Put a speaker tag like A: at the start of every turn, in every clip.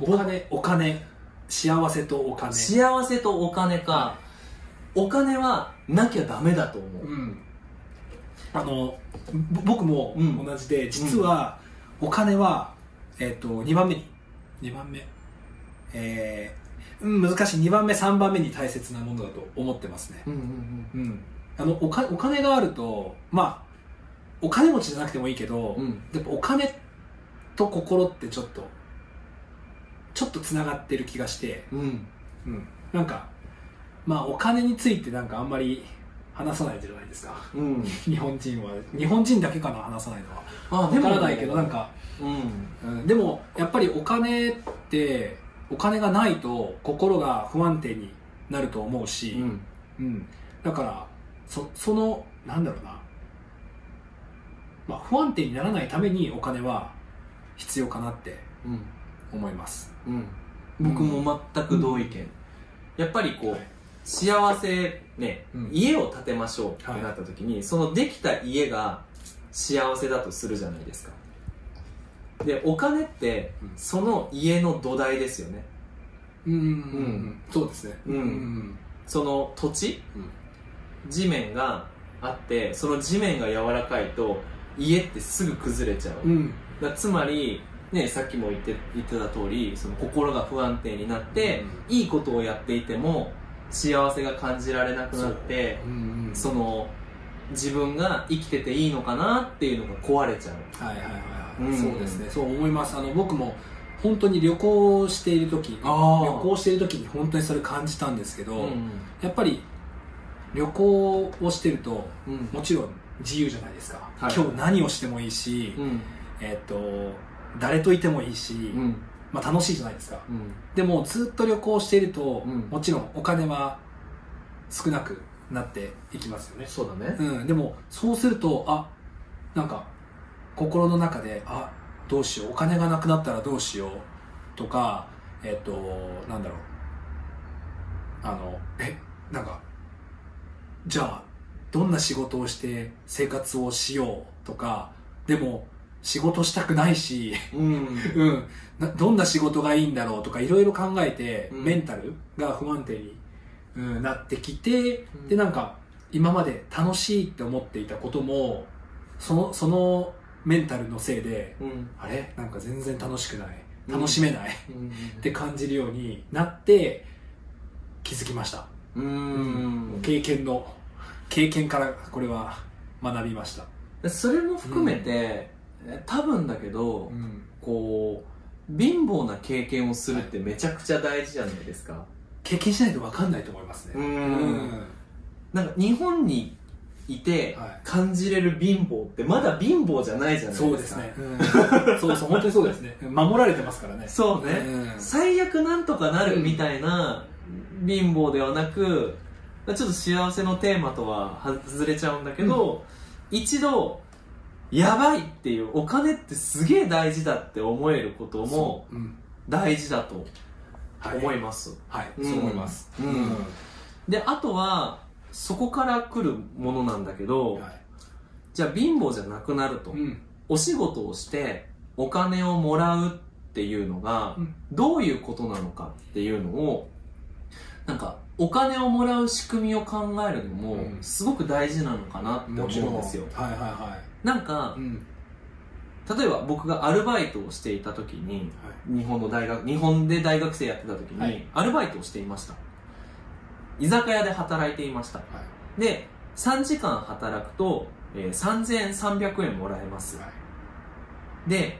A: お金お金幸せとお金
B: 幸せとお金か、お金はなきゃダメだと思う、
A: うんあのぼ僕も
B: うん
A: 同じで、実はお金はえっ、と2番目に2番目えーうん、難しい2番目3番目に大切なものだと思ってますね
B: うんうんうん
A: うんあのおかお金があるとまあお金持ちじゃなくてもいいけど、
B: うん
A: やっぱお金と心ってちょっとちょっとつながってる気がして、
B: うん
A: うん、なんかまあお金についてなんかあんまり話さないじゃないですか
B: うん
A: 日本人は日本人だけかな話さないのは
B: あ
A: 分からないけどなんか、
B: うん
A: うん、でもやっぱりお金ってお金がないと心が不安定になると思うし、
B: うん
A: うん、だからそそのなんだろうな、まあ、不安定にならないためにお金は必要かなって
B: うん
A: 思います
B: うん僕も全く同意見、やっぱりこう、
A: はい
B: 幸せね、
A: うん
B: 家を建てましょうってなった時に、そのできた家が幸せだとするじゃないですかでお金って
A: うん
B: その家の土台ですよね
A: うんうん
B: うんうん
A: そうですね
B: うんその土地、
A: うん
B: 地面があってその地面が柔らかいと家ってすぐ崩れちゃ
A: う
B: う、
A: んうん
B: だからつまり、ね、さっきも言って言ってた通りその心が不安定になって、いいことをやっていても幸せが感じられなくなって
A: うんうんうん
B: その自分が生きてていいのかなっていうのが壊れちゃう
A: はいはいはいはい、
B: うん
A: そうですねそう思いますあの僕も本当に旅行をしている時旅
B: あ
A: 行している時に本当にそれ感じたんですけど、
B: うん
A: やっぱり旅行をしてると
B: うん
A: もちろん自由じゃないですか、
B: はい
A: 今日何をしてもいいし、
B: うん
A: えっ、と誰といてもいいし、
B: うん
A: まあ、楽しいじゃないですか
B: うん
A: でもずっと旅行していると、
B: うん
A: もちろんお金は少なくなっていきますよね、
B: そうだね
A: うん、でもそうするとあなんか心の中であどうしようお金がなくなったらどうしようとかえっ、となんだろうあのえなんかじゃあどんな仕事をして生活をしようとかでも仕事したくないし
B: うん
A: うん、などんな仕事がいいんだろうとかいろいろ考えて、
B: うん
A: メンタルが不安定に、うん、なってきて、
B: うん
A: でなんか今まで楽しいって思っていたこともそのそのメンタルのせいで
B: うん
A: あれなんか全然楽しくない
B: うん
A: 楽しめない、
B: うん
A: って感じるようになって気づきました、
B: う
A: うん
B: ん
A: 経験の経験からこれは学びました、
B: それも含めて多分だけどこう貧乏な経験をするってめちゃくちゃ大事じゃないですか
A: 経験しないと分かんないと思いますね、う
B: なんか日本にいて
A: はい
B: 感じれる貧乏ってまだ貧乏じゃないじゃないですか
A: そうですね、そうそう本当にそうですね守られてますからね
B: そうね、
A: うん
B: 最悪なんとかなるみたいな貧乏ではなくちょっと幸せのテーマとは外れちゃうんだけど、一度やばいっていうお金ってすげえ大事だって思えることも
A: う、うん
B: 大事だと
A: はい
B: 思います、
A: はい、
B: うん
A: そう思います
B: うんであとはそこから来るものなんだけど、
A: はい
B: じゃあ貧乏じゃなくなると、
A: うん
B: お仕事をしてお金をもらうっていうのが
A: うん
B: どういうことなのかっていうのをなんかお金をもらう仕組みを考えるのも
A: うん
B: すごく大事なのかなって思うん
A: もちろん
B: ですよ、
A: はいはいは
B: なんか
A: い、うん
B: 例えば僕がアルバイトをしていた時に
A: は
B: 日本の大学日本で大学生やってた時に、
A: はい
B: アルバイトをしていました居酒屋で働いていました
A: いは
B: で3時間働くと、えー3300円もらえます
A: いはい
B: で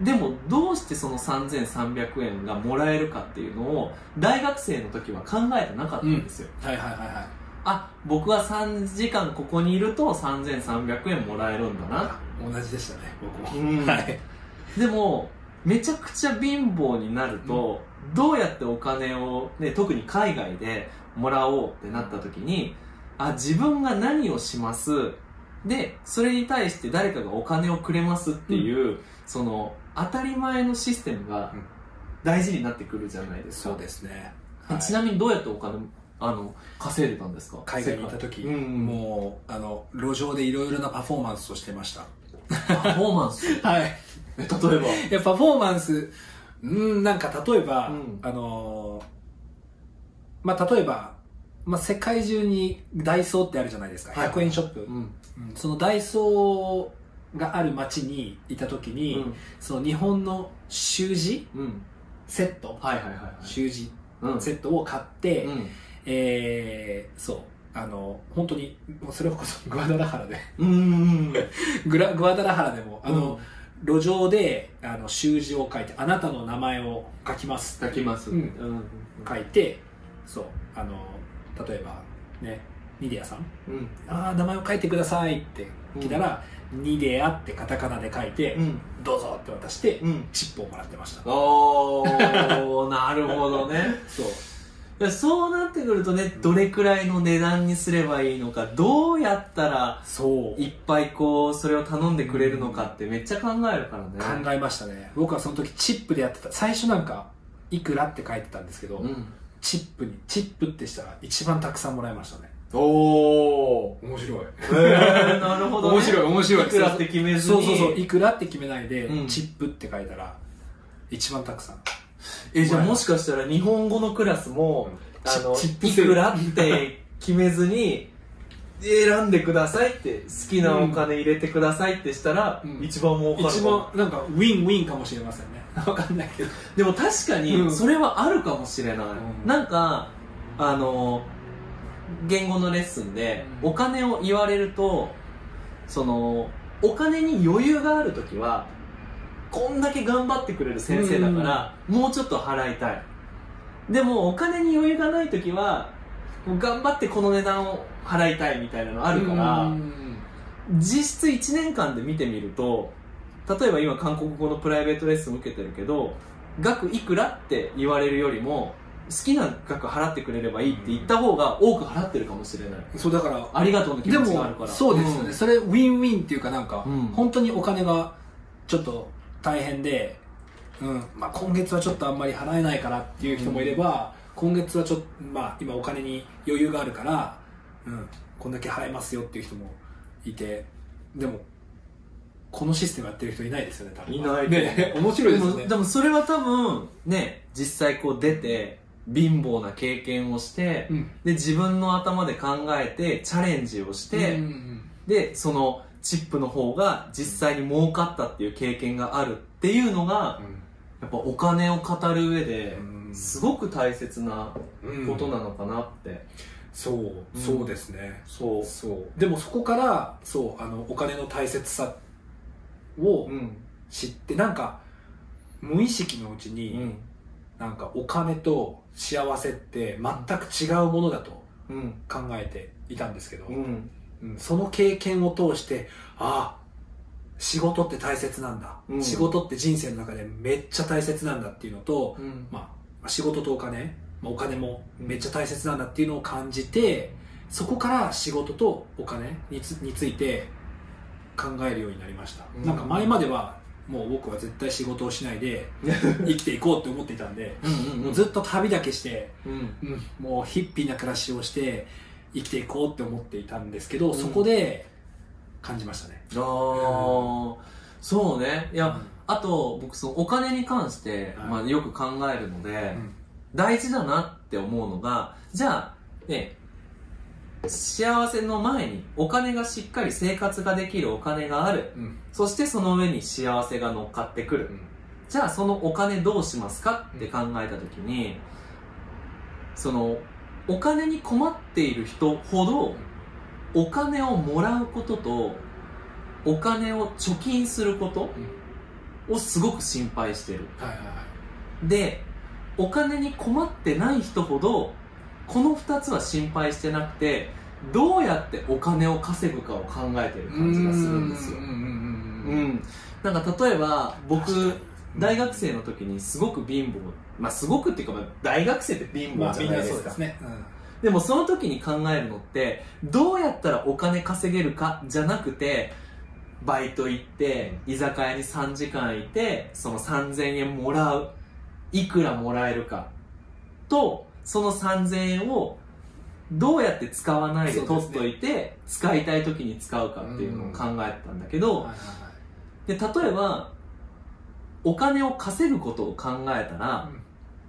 B: でもどうしてその3300円がもらえるかっていうのを大学生の時は考えてなかったんですよ、
A: はいはいはいはい
B: あ僕は3時間ここにいると3300円もらえるんだな、
A: 同じでしたね僕も、
B: うん
A: はい
B: でもめちゃくちゃ貧乏になると、どうやってお金を、ね、特に海外でもらおうってなった時にあ自分が何をしますでそれに対して誰かがお金をくれますっていう、その当たり前のシステムが
A: うん
B: 大事になってくるじゃないですか、
A: そうですね、
B: ちなみにどうやってお金あの稼いでたんですか
A: 海外にいた時、
B: うん
A: もうあの路上でいろいろなパフォーマンスをしてました
B: パフォーマンス
A: はい
B: え例えば
A: いやパフォーマンスうん、なんか例えば、
B: うん
A: あのーまあ、例えば、まあ、世界中にダイソーってあるじゃないですか。
B: はい
A: 100円ショップ、
B: うん
A: うんそのダイソーがある町にいた時
B: う
A: に、
B: ん
A: その日本の習字
B: うん
A: セット、
B: はいはいはいはい
A: 習字
B: うん
A: セットを買って、
B: うん
A: えー、そう。あの、本当に、もうそれこそ グアダラハラで、
B: うん
A: グラグアダラハラでも、あ
B: あ
A: の
B: の、
A: 路上で、あの、習字を書いて、あなたの名前を書きます。
B: 書きます
A: う
B: うんんうん
A: 書いて、そう、あの、例えば、ね、ニディアさん、
B: うん
A: ああ、名前を書いてくださいって来たら、ニディアってカタカナで書いて、
B: うん
A: どうぞって渡して、
B: うん
A: チップをもらってました。
B: おーなるほどね
A: そう。
B: いやそうなってくるとねどれくらいの値段にすればいいのかどうやったら
A: そう。
B: いっぱいこうそれを頼んでくれるのかってめっちゃ考えるからね
A: 考えましたね。僕はその時チップでやってた。最初なんか、いくらって書いてたんですけど、
B: うん
A: チップに、チップってしたら一番たくさんもらいましたね。
B: おお
A: 面白い。
B: へえなるほど、ね、
A: 面白い、面白い。
B: いくらって決めずに
A: そうそうそう、いくらって決めないで、
B: うん
A: チップって書いたら、一番たくさん。
B: えじゃあもしかしたら日本語のクラスも、あの
A: チチップ
B: い
A: 制度
B: くらって決めずに 選んでくださいって好きなお金入れてくださいってしたら、
A: うん
B: 一番儲かるか
A: 一
B: も
A: 番、なんか、ウィンウィンかもしれませんね。わかんないけど。
B: でも確か
A: うん
B: にそれはあるかもしれない、
A: うん
B: なんかあの言語のレッスンで
A: うん
B: お金を言われるとそのお金に余裕がある時はこんだけ頑張ってくれる先生だから、もうちょっと払いたいでもお金に余裕がない時はもう頑張ってこの値段を払いたいみたいなのあるから、
A: うん
B: 実質1年間で見てみると例えば今韓国語のプライベートレッスン受けてるけど額いくらって言われるよりも好きな額払ってくれればいいって言った方が多く払ってるかもしれない
A: そう、だから、
B: ありがとうの気
A: で
B: 持ちがあるか
A: も、
B: ら
A: そうですよね。それ、ウィンウィンっていうかなんか、
B: うん
A: 本当にお金が、ちょっと大変で、うん、まあ今月はちょっとあんまり払えないからっていう人もいれば、今月はちょっと、まあ今お金に余裕があるから、うん、こんだけ払えますよっていう人もいて、でも、このシステムやってる人いないですよね、多分。
B: いない
A: ね、面白い
B: で
A: です
B: も
A: ね。
B: でもそれは多分ね実際こう出て貧乏な経験をして
A: うん。
B: で自分の頭で考えてチャレンジをして、
A: うんうん
B: でそのチップの方が実際に儲かったっていう経験があるっていうのが、やっぱお金を語る上で
A: うん
B: すごく大切な
A: うん
B: ことなのかなって、
A: そう、
B: うん
A: そうですね。
B: そう
A: そうでもそこからそうあのお金の大切さを
B: ん
A: 知ってなんか無意識のうち
B: う
A: に、
B: ん
A: なんかお金と幸せって全く違うものだと
B: うん
A: 考えていたんですけど、
B: うん
A: うんその経験を通してああ仕事って大切なんだ、
B: うん
A: 仕事って人生の中でめっちゃ大切なんだっていうのと、
B: うん
A: まあ、仕事とお金、まあ、お金もめっちゃ大切なんだっていうのを感じてそこから仕事とお金につについて考えるようになりました、
B: うん
A: なんか前まではもう僕は絶対仕事をしないで生きていこうって思っていたんで
B: うん
A: もう
B: ず
A: ずっと旅だけして、
B: うん
A: もうヒッピーな暮らしをして生きていこうって思っていたんですけど、
B: うん
A: そこで感じましたね、
B: あーそうねいやあと僕そのお金に関して、
A: はい
B: まあ、よく考えるので、
A: うん
B: 大事だなって思うのがじゃあね幸せの前にお金がしっかり生活ができるお金がある
A: うん
B: そしてその上に幸せが乗っかってくる
A: うん
B: じゃあそのお金どうしますかって考えた時に、そのお金に困っている人ほどお金をもらうこととお金を貯金することをすごく心配してる
A: はいはいはい
B: でお金に困ってない人ほどこの2つは心配してなくてどうやってお金を稼ぐかを考えてる感じがするんですよ
A: うんうんうん
B: う
A: うんうん
B: ん、なんか例えば僕
A: 確かに
B: 大学生の時にすごく貧乏まあすごくっていうかまあ大学生って貧
A: ま
B: 乏
A: あ
B: じ
A: み
B: ゃ
A: んな
B: ないで
A: そ
B: す
A: うで
B: か、
A: すね、
B: でもその時に考えるのってどうやったらお金稼げるかじゃなくてバイト行って居酒屋に3時間いてその3000円もらういくらもらえるかとその3000円をどうやって使わないで取っといて、使いたい時に使うかっていうのを考えてたんだけ
A: うん
B: ど、
A: はいはいはい
B: で例えばお金を稼ぐことを考えたら、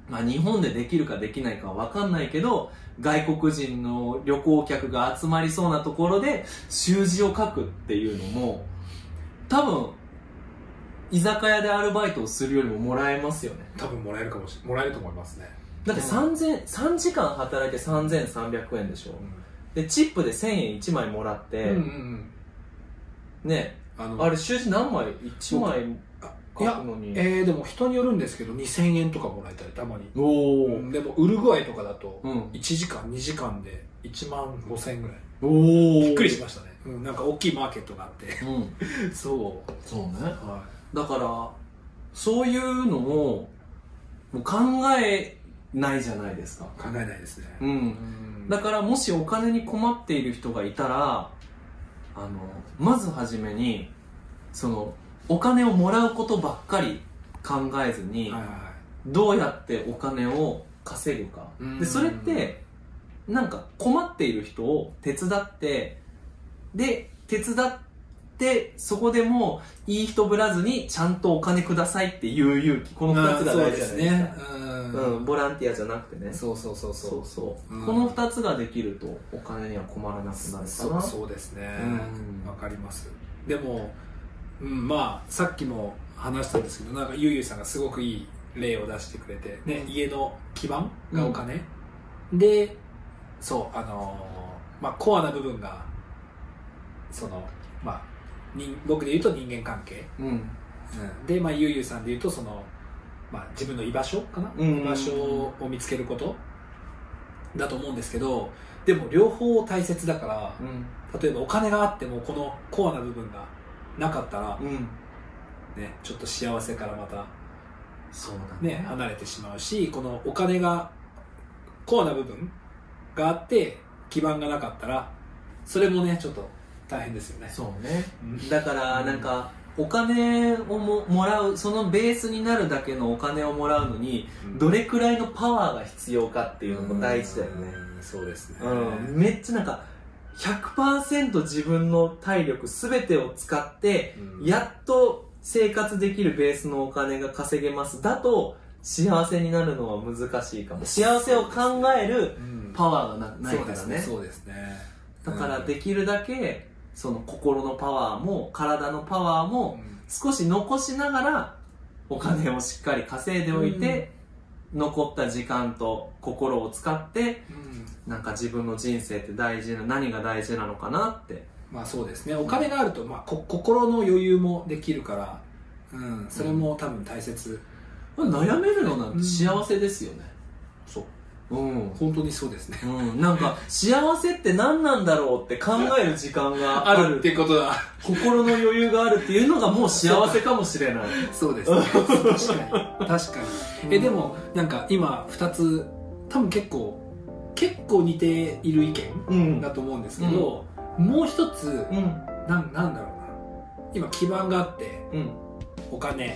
B: まあ、日本でできるかできないかは分かんないけど外国人の旅行客が集まりそうなところで習字を書くっていうのも多分居酒屋でアルバイトをするよりももらえますよね
A: 多分もらえるかもしもらえると思いますね、
B: だって3000 3時間働いて3300円でしょでチップで1000円1枚もらっ
A: う
B: て、
A: んうんうん
B: ね
A: あの
B: あれ習字何枚1枚
A: あい
B: 書
A: や
B: くのに
A: えー、でも人によるんですけど2000円とかもらえたりたまに、
B: おお、う
A: うんんでもウルグアイとかだと1時間2時間で1万5000円ぐらい
B: おお
A: びっくりしましたね、うん、なんか大きいマーケットがあって
B: うん
A: そ
B: そうね
A: うは
B: だからそういうのももう考えないじゃないですか
A: い考えないですね、
B: うん
A: うん
B: だからもしお金に困っている人がいたらあのまずはじめにそのお金をもらうことばっかり考えずに、
A: はいはいはい
B: どうやってお金を稼ぐか
A: うん
B: でそれってなんか困っている人を手伝ってで手伝ってそこでもいい人ぶらずにちゃんとお金くださいっていう勇気この2つが大事じゃないですか
A: そう
B: う
A: ねうん
B: ん、ボランティアじゃなくてね
A: そうそうそうそう
B: そうそう、
A: うん
B: この2つができるとお金には困らなくなるか
A: そう
B: な
A: そうですね
B: うん
A: わ、かりますでも、うん、まあさっきも話したんですけどなんかゆうゆうさんがすごくいい例を出してくれて、ね
B: うん
A: 家の基盤がお金、でそうあのーまあコアな部分がそのまあ人僕で言うと人間関係、
B: うん
A: で、まあ、ゆうゆうさんで言うとその、まあ、自分の居場所かな、
B: うんうんうん
A: 居場所を見つけることだと思うんですけどでも両方大切だから
B: うん
A: 例えばお金があってもこのコアな部分がなかったら、
B: うん
A: ね、ちょっと幸せからまた、
B: そうだね
A: ね、離れてしまうしこのお金がコアな部分があって基盤がなかったらそれもねちょっと大変ですよね。
B: そうね
A: うん
B: だからなんかお金をももらうそのベースになるだけのお金をもらうのにどれくらいのパワーが必要かっていうのも大事だよね
A: うんそうですね、
B: うんめっちゃなんか100%自分の体力全てを使って
A: うん
B: やっと生活できるベースのお金が稼げますだと幸せになるのは難しいかも幸せを考える
A: うん
B: パワーがなないからね
A: そうですね
B: だから
A: うん
B: できるだけその心のパワーも体のパワーも少し残しながらお金をしっかり稼いでおいて、残った時間と心を使って
A: うん
B: なんか自分の人生って大事な何が大事なのかなって
A: まあそうですねお金があると、まあ、こ心の余裕もできるから、うん、それも多分大切、
B: 悩めるのなんて幸せですよね
A: そう
B: うん、
A: 本当にそうですね
B: うん、なんか幸せって何なんだろうって考える時間が ある
A: ていうことだ
B: 心の余裕があるっていうのがもう幸せかもし れない
A: そうですね確かに確かにえでもなんか今2つ多分結構結構似ている意
B: う
A: 見
B: ん
A: だと思うんですけど、もう一つ
B: うん
A: なんなんだろうな今基盤があって
B: うん
A: お金
B: はい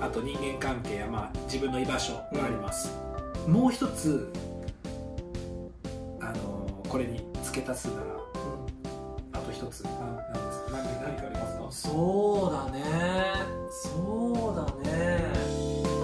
A: あと人間関係や、まあ、自分の居場所があります、もう一つあのーこれに付け足すならあと一つななんです何何かありますか
B: そうだねそうだね